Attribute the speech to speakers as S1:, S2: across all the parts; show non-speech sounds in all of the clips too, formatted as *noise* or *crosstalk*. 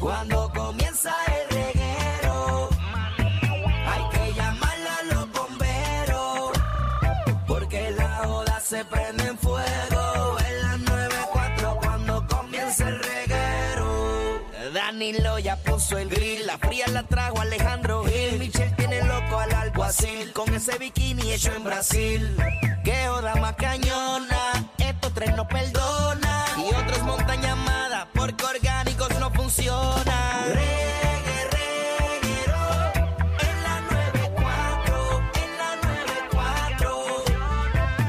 S1: Cuando comienza el reguero, hay que llamar a los bomberos, porque la oda se prende en fuego. En las 9.4 cuando comienza el reguero. Danilo ya puso el grill, la fría la trajo Alejandro Gil. Michel tiene loco al alguacil, con ese bikini hecho en Brasil. Qué oda más cañona, estos tres no perdonan. Y otros montaña amada, porque orgánicos no funcionan. Reggae, reguero, en la 94, en la 94.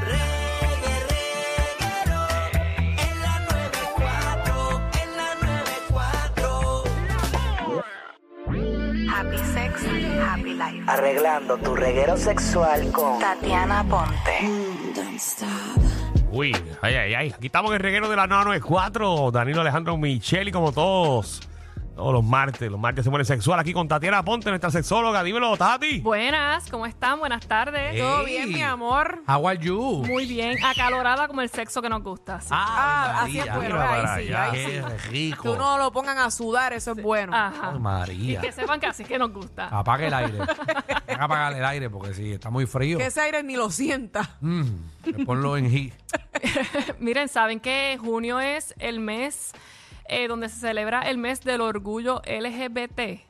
S1: Reggae, reguero, en la 94, en la 94.
S2: Happy Sex, Happy Life.
S1: Arreglando tu reguero sexual con
S2: Tatiana Ponte.
S3: Uy, ay, ay, ay. Aquí estamos en el reguero de la 994. Danilo Alejandro Micheli, como todos. Todos los martes. Los martes se muere sexual aquí con Tatiana Ponte, nuestra sexóloga. Dímelo, Tati.
S4: Buenas, ¿cómo están? Buenas tardes. ¿Todo bien, mi amor?
S5: How are you?
S4: Muy bien, acalorada como el sexo que nos gusta. sí.
S5: Ah,
S6: así es
S5: María,
S6: bueno,
S5: mira
S6: ahí
S5: para
S6: sí,
S5: allá.
S6: ahí
S5: Qué rico.
S6: Que uno lo pongan a sudar, eso es bueno.
S5: Ay,
S4: Ajá.
S5: María.
S4: Que sepan que así es que nos gusta.
S5: Apaga el
S6: *laughs*
S5: aire. Apaga apagar el aire porque sí, está muy frío.
S6: Que ese aire ni lo sienta.
S5: Mm, ponlo en
S3: *laughs*
S5: heat.
S4: *laughs* Miren, saben que junio es el mes eh, donde se celebra el mes del orgullo LGBT.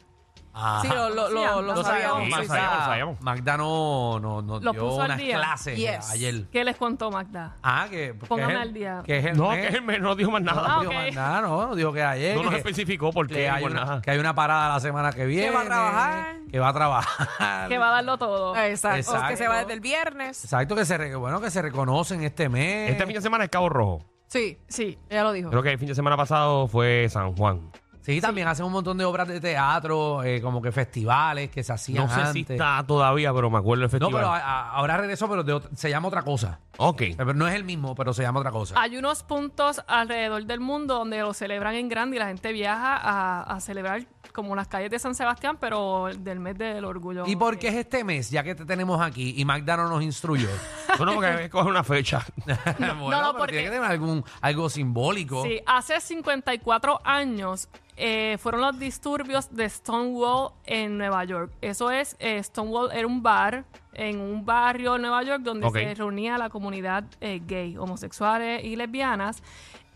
S5: Ajá.
S6: Sí, lo, lo, lo, lo
S4: Lo
S6: sabíamos.
S3: Ah.
S4: sabíamos,
S6: sí,
S3: lo
S6: sí.
S3: sabíamos, lo sabíamos.
S5: Magda no, no, nos
S4: Lo
S5: dio
S4: puso al
S5: unas
S4: día.
S5: clases
S6: Yes.
S5: ayer.
S4: ¿Qué les contó Magda?
S5: Ah, que. que
S4: Póngame
S5: es el-
S4: al día.
S5: Que es el
S3: No,
S5: mes.
S3: que él me- no dijo más
S5: No,
S3: nada.
S4: Ah,
S5: dijo
S4: ok.
S5: más nada, no, no dijo que ayer.
S3: No nos
S5: que-
S3: especificó por
S5: que
S3: qué.
S5: hay,
S3: por
S5: una,
S3: nada.
S5: que hay una parada la semana que viene.
S6: va a trabajar.
S5: Que va a trabajar. *laughs*
S4: Que va a darlo todo.
S6: Ah, Exacto.
S5: Exacto.
S6: Que se va desde el viernes.
S5: Exacto, que se, re- bueno, que se reconocen este mes.
S3: Este fin de semana es Cabo Rojo.
S6: Sí,
S4: Sí.
S6: ella lo dijo.
S3: Creo que el fin de semana pasado fue San Juan.
S5: Sí, también hacen un montón de obras de teatro, eh, como que festivales que se hacían
S3: No sé si
S5: antes.
S3: está todavía, pero me acuerdo del
S5: no,
S3: festival.
S5: pero a- a- ahora regresó, pero de ot- se llama otra cosa.
S3: Ok.
S5: Pero no es el mismo, pero se llama otra cosa.
S4: Hay unos puntos alrededor del mundo donde lo celebran en grande y la gente viaja a, a celebrar como las calles de San Sebastián, pero del mes del orgullo.
S5: ¿Y por qué es este mes, ya que te tenemos aquí y Magda no nos instruyó?
S3: Bueno, porque coge una *laughs* fecha.
S5: *laughs* Bueno,
S4: no,
S5: pero
S4: porque-
S5: tiene que tener algún, algo simbólico.
S4: Sí, hace 54 años eh, fueron los disturbios de Stonewall en Nueva York. Eso es, eh, Stonewall era un bar en un barrio de Nueva York donde
S3: Ok.
S4: se reunía la comunidad eh, gay, homosexuales y lesbianas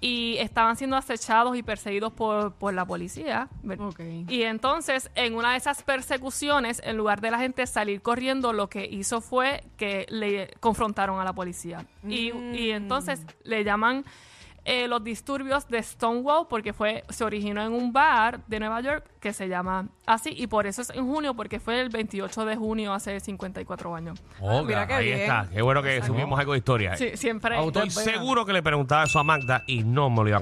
S4: y estaban siendo acechados y perseguidos por, por la policía. ¿ver-
S6: Ok.
S4: y entonces, en una de esas persecuciones, en lugar de la gente salir corriendo, lo que hizo fue que le confrontaron a la policía. Y, y entonces le llaman eh, los disturbios de Stonewall porque fue, se originó en un bar de Nueva York que se llama así. Y por eso es en junio, porque fue el 28 de junio hace 54 años.
S5: Oiga,
S6: mira qué
S3: Ahí
S6: bien.
S3: está. Qué bueno que supimos algo de historia.
S4: Sí, pues, siempre.
S5: Auto-
S3: Estoy seguro que le preguntaba eso a Magda y no me lo iba a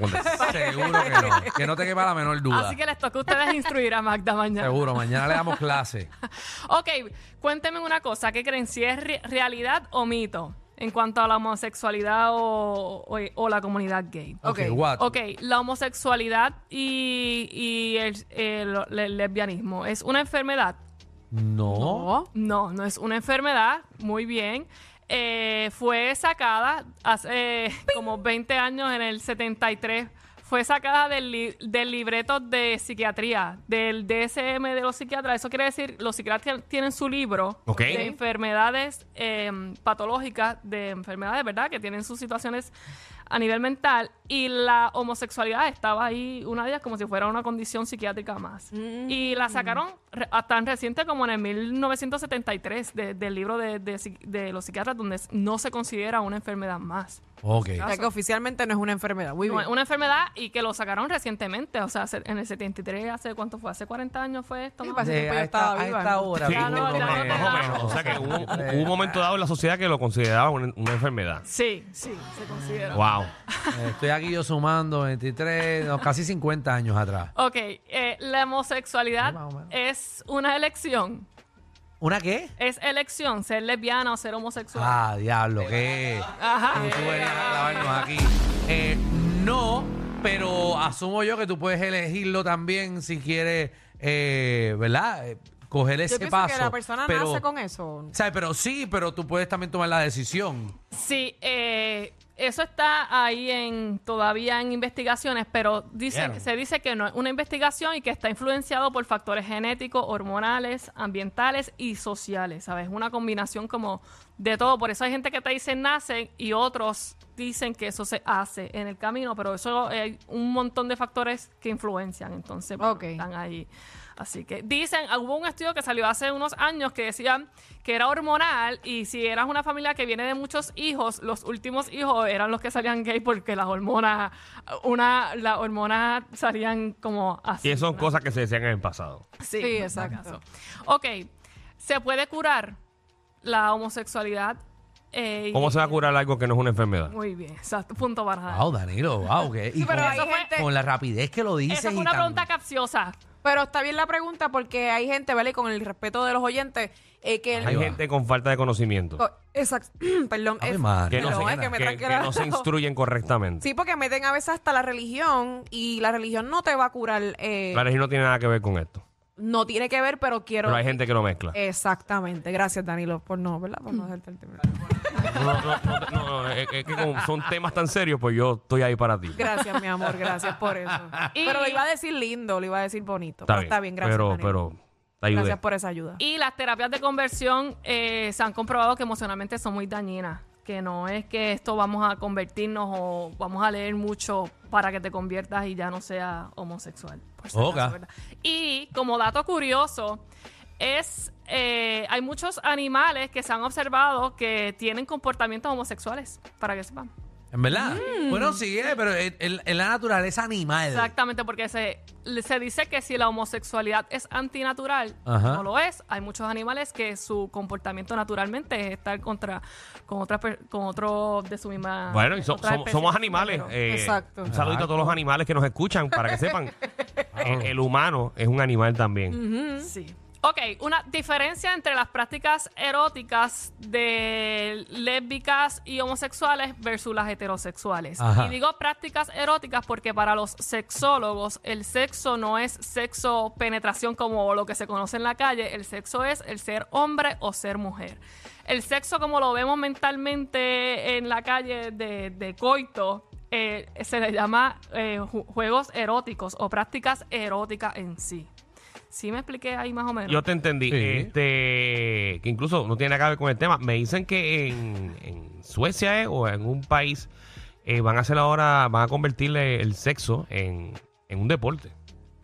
S5: *laughs*
S3: contestar.
S5: Seguro que no. Que no te quepa la menor duda.
S4: Así que les toca a ustedes instruir a Magda mañana.
S5: Seguro, mañana le damos clase.
S4: Ok, cuénteme una cosa, ¿qué creen? ¿Si es re- realidad o mito en cuanto a la homosexualidad o, o- o la comunidad gay?
S5: Ok,
S6: Ok.
S5: what?
S4: Ok, la homosexualidad y, y el, el- el lesbianismo, ¿es una enfermedad?
S5: No.
S6: No.
S4: No, no es una enfermedad, muy bien. Eh, fue sacada hace eh, como 20 años, en el 73, fue sacada del, li- del libreto de psiquiatría, del DSM de los psiquiatras. Eso quiere decir, los psiquiatras tienen su libro
S3: Ok.
S4: de em, enfermedades eh, patológicas, de enfermedades, ¿verdad? Que tienen sus situaciones a nivel mental y la homosexualidad estaba ahí, una de ellas como si fuera una condición psiquiátrica más.
S6: Mm.
S4: Y la sacaron re- a- tan reciente como en el 1973 de- del libro de, de psi- de los psiquiatras donde s- no se considera una enfermedad más.
S5: Ok.
S6: O sea Ah, que oficialmente no es una enfermedad. Muy
S4: No,
S6: bien.
S4: Una enfermedad y que lo sacaron recientemente, o sea, hace- en el 73, ¿hace cuánto fue? ¿Hace 40 años fue esto?
S6: Sí,
S4: más o
S6: pasa-
S4: menos?
S5: Eh,
S6: Yo
S5: a, esta,
S6: estaba
S5: a
S6: viva,
S5: esta
S6: ¿no?
S5: hora.
S3: Sí,
S4: Ya
S3: más
S4: no, ya
S3: o
S4: no te
S3: menos, más o
S4: da.
S3: menos. Eh, O sea que hubo, hubo un momento dado en la sociedad que lo consideraba una, una enfermedad.
S4: Sí, sí, se considera.
S3: Wow.
S5: Eh, Estoy aquí yo sumando 23, no, casi 50 años atrás.
S4: Ok, eh, la homosexualidad
S5: Sí, más o menos.
S4: es una elección.
S5: ¿Una qué?
S4: Es elección ser lesbiana o ser homosexual.
S5: Ah, diablo, ¿qué?
S4: Ajá.
S5: Tú venías a clavarnos aquí. Eh, no, pero asumo yo que tú puedes elegirlo también si quieres, eh, ¿verdad? Eh, Coger ese
S6: Yo pienso
S5: paso.
S6: que la persona
S5: pero,
S6: nace con eso.
S5: ¿sabes? Pero sí, pero tú puedes también tomar la decisión.
S4: Sí, eh, eso está ahí en todavía en investigaciones, pero dicen,
S5: Bien.
S4: se dice que no es una investigación y que está influenciado por factores genéticos, hormonales, ambientales y sociales, ¿sabes? Una combinación como de todo. Por eso hay gente que te dice nacen y otros dicen que eso se hace en el camino, pero eso eh, hay un montón de factores que influencian, entonces bueno,
S6: Ok.
S4: están ahí. Así que dicen, hubo un estudio que salió hace unos años que decía que era hormonal y si eras una familia que viene de muchos hijos, los últimos hijos eran los que salían gay porque las hormonas, una, las hormonas salían como así.
S3: Y son cosas que se decían en el pasado.
S4: Sí,
S6: Sí,
S4: exacto.
S6: exacto.
S4: Ok, ¿se puede curar la homosexualidad? Eh, y-
S3: ¿Cómo se va a curar algo que no es una enfermedad?
S4: Muy bien, exacto, punto para nada.
S5: Ah. Wow, Danilo, wow. ¿qué? Y
S6: Sí, pero
S5: con,
S6: hay gente-
S5: con la rapidez que lo dices.
S4: Esa fue
S5: y
S4: una
S5: tan-
S4: pregunta capciosa.
S6: Pero está bien la pregunta porque hay gente, ¿vale? Y con el respeto de los oyentes, eh, que...
S3: Hay
S5: va.
S3: gente con falta de conocimiento.
S6: Exacto. *clears throat* Perdón.
S5: Ave
S6: es-
S5: madre.
S3: Que no,
S6: perdón,
S3: se,
S6: Oh, es que me
S3: que-
S6: tranqué
S3: que
S6: la-
S3: no se instruyen correctamente.
S6: Sí, porque meten a veces hasta la religión y la religión no te va a curar. eh,
S3: Claro, y no tiene nada que ver con esto.
S6: No tiene que ver, pero eh. quiero.
S3: Pero hay gente que lo mezcla.
S6: Exactamente. Gracias, Danilo, por no, ¿verdad? Por no dejarte el tema.
S3: No, no, no, no, no, es, es que como son temas tan serios, pues yo estoy ahí para ti.
S6: Gracias, mi amor, gracias por eso.
S4: Y-
S6: Pero lo iba a decir lindo, lo iba a decir bonito.
S3: Está
S6: pero
S3: bien,
S6: está bien, gracias.
S3: Pero,
S6: Danilo.
S3: pero, te ayudé.
S6: gracias por esa ayuda.
S4: Y las terapias de conversión eh, se han comprobado que emocionalmente son muy dañinas. Que no es que esto vamos a convertirnos o vamos a leer mucho para que te conviertas y ya no sea homosexual. por si acaso,
S5: Ok.
S4: ¿verdad? Y como dato curioso, es eh, hay muchos animales que se han observado que tienen comportamientos homosexuales, para que sepan.
S5: En verdad.
S6: Mm.
S5: Bueno, sí, eh, pero en, en- en la naturaleza animal.
S4: Exactamente, porque se, se dice que si la homosexualidad es antinatural,
S5: Ajá.
S4: no lo es. Hay muchos animales que su comportamiento naturalmente es estar contra con otras per- con otros de su misma.
S3: Bueno, y so-
S4: otras
S3: som-
S4: especies
S3: somos
S4: de su
S3: animales.
S4: género.
S3: eh,
S6: Exacto.
S3: Un saludito a todos los animales que nos escuchan para que
S6: *laughs*
S3: sepan. el, el humano es un animal también.
S6: Mm.
S4: Sí. Ok, una diferencia entre las prácticas eróticas de lésbicas y homosexuales versus las heterosexuales.
S5: Ajá.
S4: Y digo prácticas eróticas porque para los sexólogos el sexo no es sexo penetración como lo que se conoce en la calle, el sexo es el ser hombre o ser mujer. El sexo como lo vemos mentalmente en la calle de, de coito. eh, se le llama eh, ju- juegos eróticos o prácticas eróticas en sí. Sí me expliqué ahí más o menos.
S3: Yo te entendí.
S5: Sí.
S3: Este, que incluso no tiene nada que ver con el tema. Me dicen que en, en Suecia eh, o en un país eh, van a hacer ahora, van a convertirle el sexo en, en un deporte.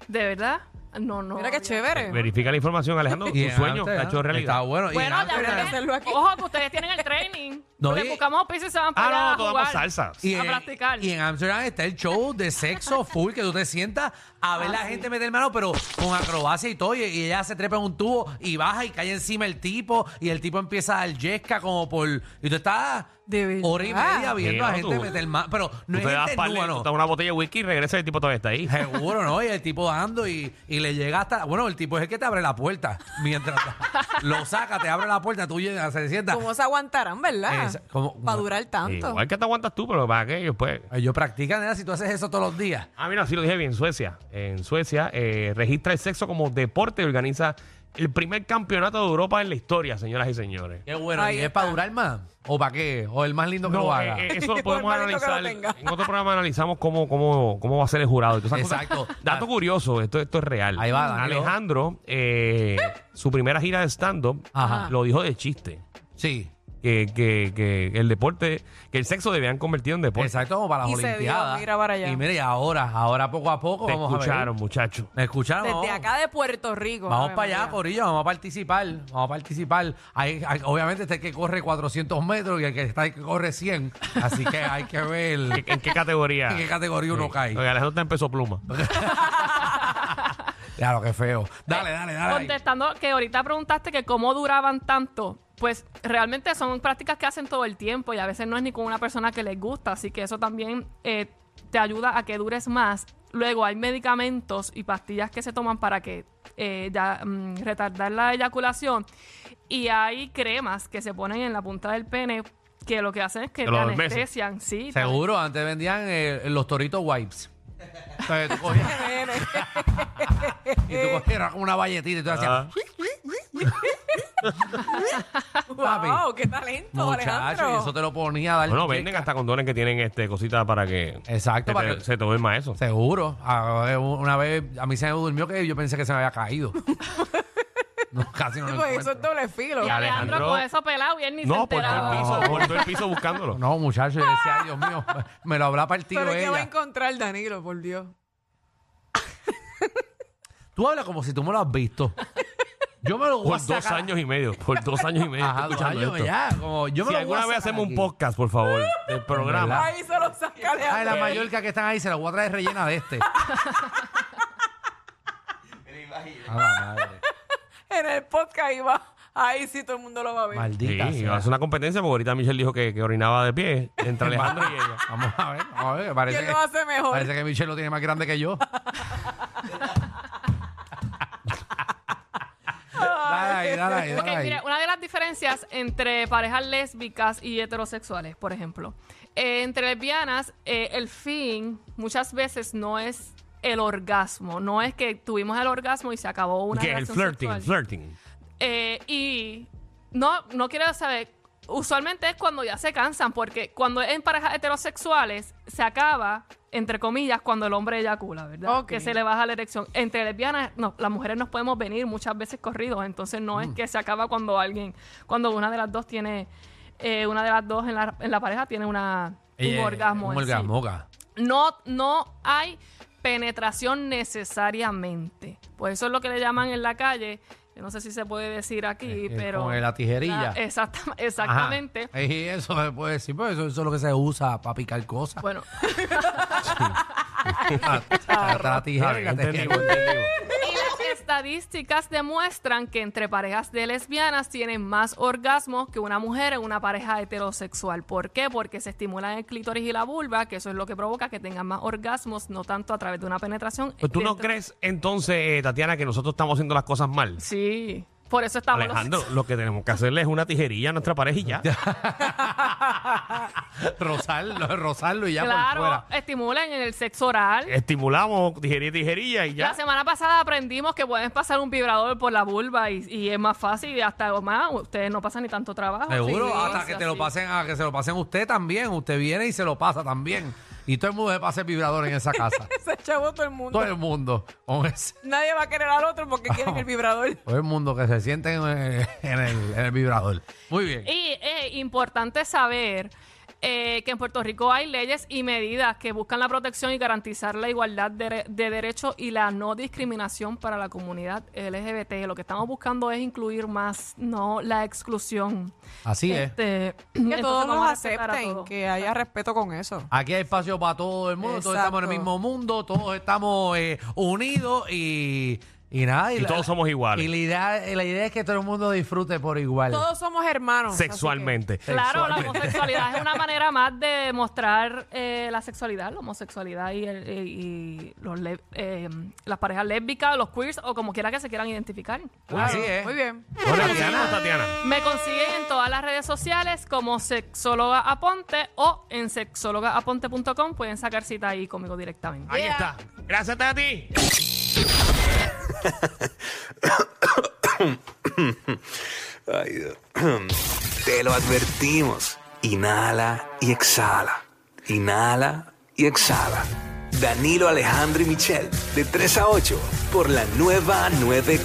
S4: ¿De verdad? No, no.
S6: Mira qué
S4: había-
S6: chévere.
S3: Verifica la
S5: *laughs*
S3: información, Alejandro. Tu
S5: Y en
S3: sueño
S5: antes,
S3: está hecho
S5: ¿eh? Está
S3: realidad.
S5: bueno. y en
S4: Bueno, ya
S5: antes- ¿eh?
S6: Deberían
S4: ustedes-
S6: hacerlo aquí.
S4: Ojo, que ustedes tienen el training.
S5: No,
S4: No,
S5: y-
S4: buscamos auspicio y se van para allá
S3: Ah,
S4: a
S3: no,
S4: jugar.
S3: tomamos salsa.
S5: Y
S4: a
S5: en,
S4: practicar.
S6: eh,
S5: y en Amsterdam está el show de sexo full que tú te sientas a ver la gente meter mano, pero con acrobacia y todo. Y, y ella se trepa en un tubo y baja y cae encima el tipo. Y el tipo empieza a dar yesca como por. Y tú estás
S6: De verdad.
S5: hora y media viendo a
S3: Mira,
S5: gente
S3: tú.
S5: meter mano. Pero no
S3: Tú te
S5: es
S3: das
S5: gente
S3: par de-
S5: nua,
S3: tú
S5: no.
S3: te das una botella de whisky y regresa y el tipo todavía está ahí.
S5: Seguro, ¿no? Y el tipo dando y, y le llega hasta. Bueno, el tipo es el que te abre la puerta. Mientras lo saca, te abre la puerta, tú llegas, se sienta.
S6: ¿Cómo se aguantarán, verdad?
S5: Esa- como-
S6: Para durar tanto.
S3: Igual que te aguantas tú, pero para que ellos pues.
S5: Ellos practican, nena, si tú haces eso todos los días.
S3: Ah, mira, sí lo dije bien. Suecia. En Suecia eh, registra el sexo como deporte y organiza el primer campeonato de Europa en la historia, señoras y señores.
S5: Qué bueno.
S6: Ahí
S5: ¿Y es
S6: está.
S5: para durar más? ¿O para qué? ¿O el más lindo que lo
S3: No,
S5: haga?
S3: eh, eh, eso
S5: *laughs*
S3: lo
S6: Por
S3: podemos
S6: malito que lo
S3: analizar.
S6: tenga.
S3: en otro programa analizamos cómo, cómo, cómo va a ser el jurado. y todas esas cosas.
S5: Exacto. Ah.
S3: Dato curioso, esto, esto es real.
S5: Ahí va, Danilo.
S3: Alejandro, eh, su primera gira de stand-up
S5: Ajá.
S3: lo dijo de chiste.
S5: sí.
S3: que, que- que el deporte, que el sexo debían convertido en deporte.
S5: pues Exacto, como para las
S6: Y se dio,
S5: Olimpiadas.
S6: mira para allá.
S5: Y mire, y ahora, ahora poco a poco
S3: Te
S5: vamos a
S3: escucharon,
S5: ver.
S3: muchachos.
S5: Me escucharon.
S6: Desde
S5: vamos.
S6: acá de Puerto Rico.
S5: Vamos
S6: Ave
S5: para allá,
S6: María.
S5: Corillo, vamos a participar. Vamos a participar. Hay, hay- obviamente está el que corre 400 metros y el que está el que corre 100. Así que hay que ver
S3: ¿En *laughs* qué categoría?
S5: *laughs* en qué categoría uno cae.
S3: Porque Alejandro está en peso pluma.
S5: Claro, qué feo. Dale, dale, dale.
S4: Contestando que ahorita preguntaste que cómo duraban tanto. Pues realmente son prácticas que hacen todo el tiempo y a veces no es ni con una persona que les gusta, así que eso también eh, te ayuda a que dures más. Luego hay medicamentos y pastillas que se toman para que eh, ya, mm, retardar la eyaculación y hay cremas que se ponen en la punta del pene que lo que hacen es que
S3: Te
S4: te,
S3: lo adormecen.
S4: anestesian, sí. te-
S5: Seguro, antes vendían eh, los toritos
S6: *laughs*
S5: wipes. Entonces tú cogías
S6: Eh.
S5: y tú cogías era como una valletita y
S3: Ah.
S5: tú hacías. Papi.
S6: *laughs* Wow, qué talento,
S5: Muchacho, y
S6: Alejandro.
S5: eso te lo ponía a dar.
S3: Bueno, venden hasta condones que tienen este cositas para que
S5: Exacto,
S3: se,
S5: para
S3: te,
S5: que-
S3: se te duerma eso.
S5: Seguro. A ver, Una vez a mí se me durmió que yo pensé que se me había caído.
S6: *laughs*
S5: No, casi no lo
S6: Pues eso es
S5: encuentro.
S6: doble filo.
S4: Y Alejandro,
S3: Alejandro-
S4: con eso pelado y él ni se
S3: No, por todo
S4: enteraba.
S3: el piso, por todo el piso buscándolo.
S5: No, muchacho, yo decía, ay, Dios mío, *laughs* me lo habrá partido
S6: Pero ¿qué va a
S5: ella.
S6: encontrar Danilo, por Dios?
S5: Tú hablas como si tú me lo has visto. Yo me lo voy a
S3: Por dos
S5: sacar-
S3: años y medio. Por dos años y medio.
S5: Ajá,
S3: estoy
S5: dos
S3: escuchando
S5: años
S3: esto.
S5: ya. Como, yo me lo voy a
S3: Si alguna vez
S5: sacar
S3: hacemos un
S5: aquí.
S3: podcast, por favor, del programa.
S6: Ahí se lo saca
S5: Ay, Ah. la
S6: Alejandro.
S5: mallorca que están ahí se la voy a traer rellena de
S6: *laughs*
S5: este. A Ah, la madre.
S6: En el podcast iba. Ahí sí todo el mundo lo va a ver.
S5: Maldita
S3: Sí,
S5: sea.
S3: hace una competencia porque ahorita Michelle dijo que, que orinaba de pie entre Alejandro y ella.
S5: Vamos a ver, vamos a ver. Parece
S6: ¿Quién
S5: que,
S6: lo hace mejor?
S5: Parece que Michelle lo tiene más grande que yo. dale ahí, dale ahí,
S4: Ok,
S5: dale ahí.
S4: mira, una de las diferencias entre parejas lésbicas y heterosexuales, por ejemplo. Eh, entre lesbianas, eh, el fin muchas veces no es el orgasmo, no es que tuvimos el orgasmo y se acabó una
S3: Que el
S4: relación
S3: flirting, el
S4: sexual.
S3: flirting.
S4: Eh, y no, no quiero saber. Usualmente es cuando ya se cansan, porque cuando es en parejas heterosexuales se acaba, entre comillas, cuando el hombre eyacula, ¿verdad?
S6: Ok.
S4: Que se le baja la erección. Entre lesbianas, no, las mujeres nos podemos venir muchas veces corridos, entonces no
S5: Mm.
S4: es que se acaba cuando alguien, cuando una de las dos tiene, eh, una de las dos en la, en la pareja tiene una,
S5: Ella-
S4: un orgasmo.
S5: Eh, Un
S4: en sí.
S5: orgasmo, oca.
S4: No, no hay penetración necesariamente. Pues eso es lo que le llaman en la calle. Yo no sé si se puede decir aquí,
S5: Eh, eh,
S4: pero.
S5: con la tijerilla.
S4: La- exacta-
S5: Ajá.
S4: exactamente.
S5: Y eso se puede decir, pero eso, eso es lo que se usa para picar cosas.
S4: Bueno,
S5: Hasta la
S3: Está
S5: tijera.
S3: bien,
S5: la tijera.
S3: entendido, entendido.
S4: y las estadísticas demuestran que entre parejas de lesbianas tienen más orgasmos que una mujer en una pareja heterosexual. ¿Por qué? Porque se estimulan el clítoris y la vulva, que eso es lo que provoca que tengan más orgasmos, no tanto a través de una penetración.
S3: Pues, ¿Tú no
S4: Dentro-
S3: crees entonces, eh, Tatiana, que nosotros estamos haciendo las cosas mal?
S4: Sí, por eso estamos. los-
S3: Alejandro, lo que tenemos que hacerle es una tijerilla a nuestra pareja y ya.
S5: Rozarlo, rozarlo y ya por
S4: Claro,
S5: fuera. Eh,
S4: estimulen en el sexo oral.
S3: Estimulamos tijerilla y tijerilla y
S4: La
S3: ya.
S4: semana pasada aprendimos que pueden pasar un vibrador por la vulva y, y es más fácil y hasta más. Ustedes no pasan ni tanto trabajo.
S5: Seguro,
S4: Ah, Sí,
S5: hasta
S4: sí,
S5: que te lo
S4: así.
S5: pasen, a que se lo pasen a usted también. Usted viene y se lo pasa también. Y todo el mundo se pasa el vibrador en esa
S4: *laughs*
S5: casa.
S6: Se chavó todo el mundo.
S5: todo el mundo. Con ese-
S6: Nadie va a querer al otro porque quieren el vibrador.
S5: Todo el mundo que se siente en, el- en el, en el vibrador. Muy bien.
S4: Y es importante saber eh, que en Puerto Rico hay leyes y medidas que buscan la protección y garantizar la igualdad de, de derechos y la no discriminación para la comunidad LGBT. Lo que estamos buscando es incluir más, no la exclusión.
S5: Así es.
S4: Este,
S6: Que
S4: entonces
S6: todos
S4: vamos
S6: los
S4: a respetar a
S6: acepten,
S4: todos.
S6: que haya respeto con eso.
S5: Aquí hay espacio para todo el mundo. Todos
S6: Exacto.
S5: estamos en el mismo mundo. Todos estamos eh, unidos y, y nada.
S3: Y
S5: la-
S3: todos somos iguales.
S5: Y la idea, la idea es que todo el mundo disfrute por igual.
S6: Todos somos hermanos. así que-
S3: Sexualmente.
S4: Claro, la homosexualidad es una manera más de mostrar eh, la sexualidad, la homosexualidad y, el- y- y los le- eh, las parejas lésbicas, los queers o como quiera que se quieran identificar.
S5: Claro. Así es.
S6: Muy bien.
S3: Hola, Tatiana. Tatiana.
S4: Me consiguen en todas las redes sociales como sexóloga aponte o en sexólogaaponte.com pueden sacar cita ahí conmigo directamente.
S3: Ahí está. Gracias, Tati.
S7: Ay, Dios. Te lo advertimos. Inhala y exhala. Inhala y exhala. Danilo Alejandro y Michel, de 3 a 8, por la nueva 94.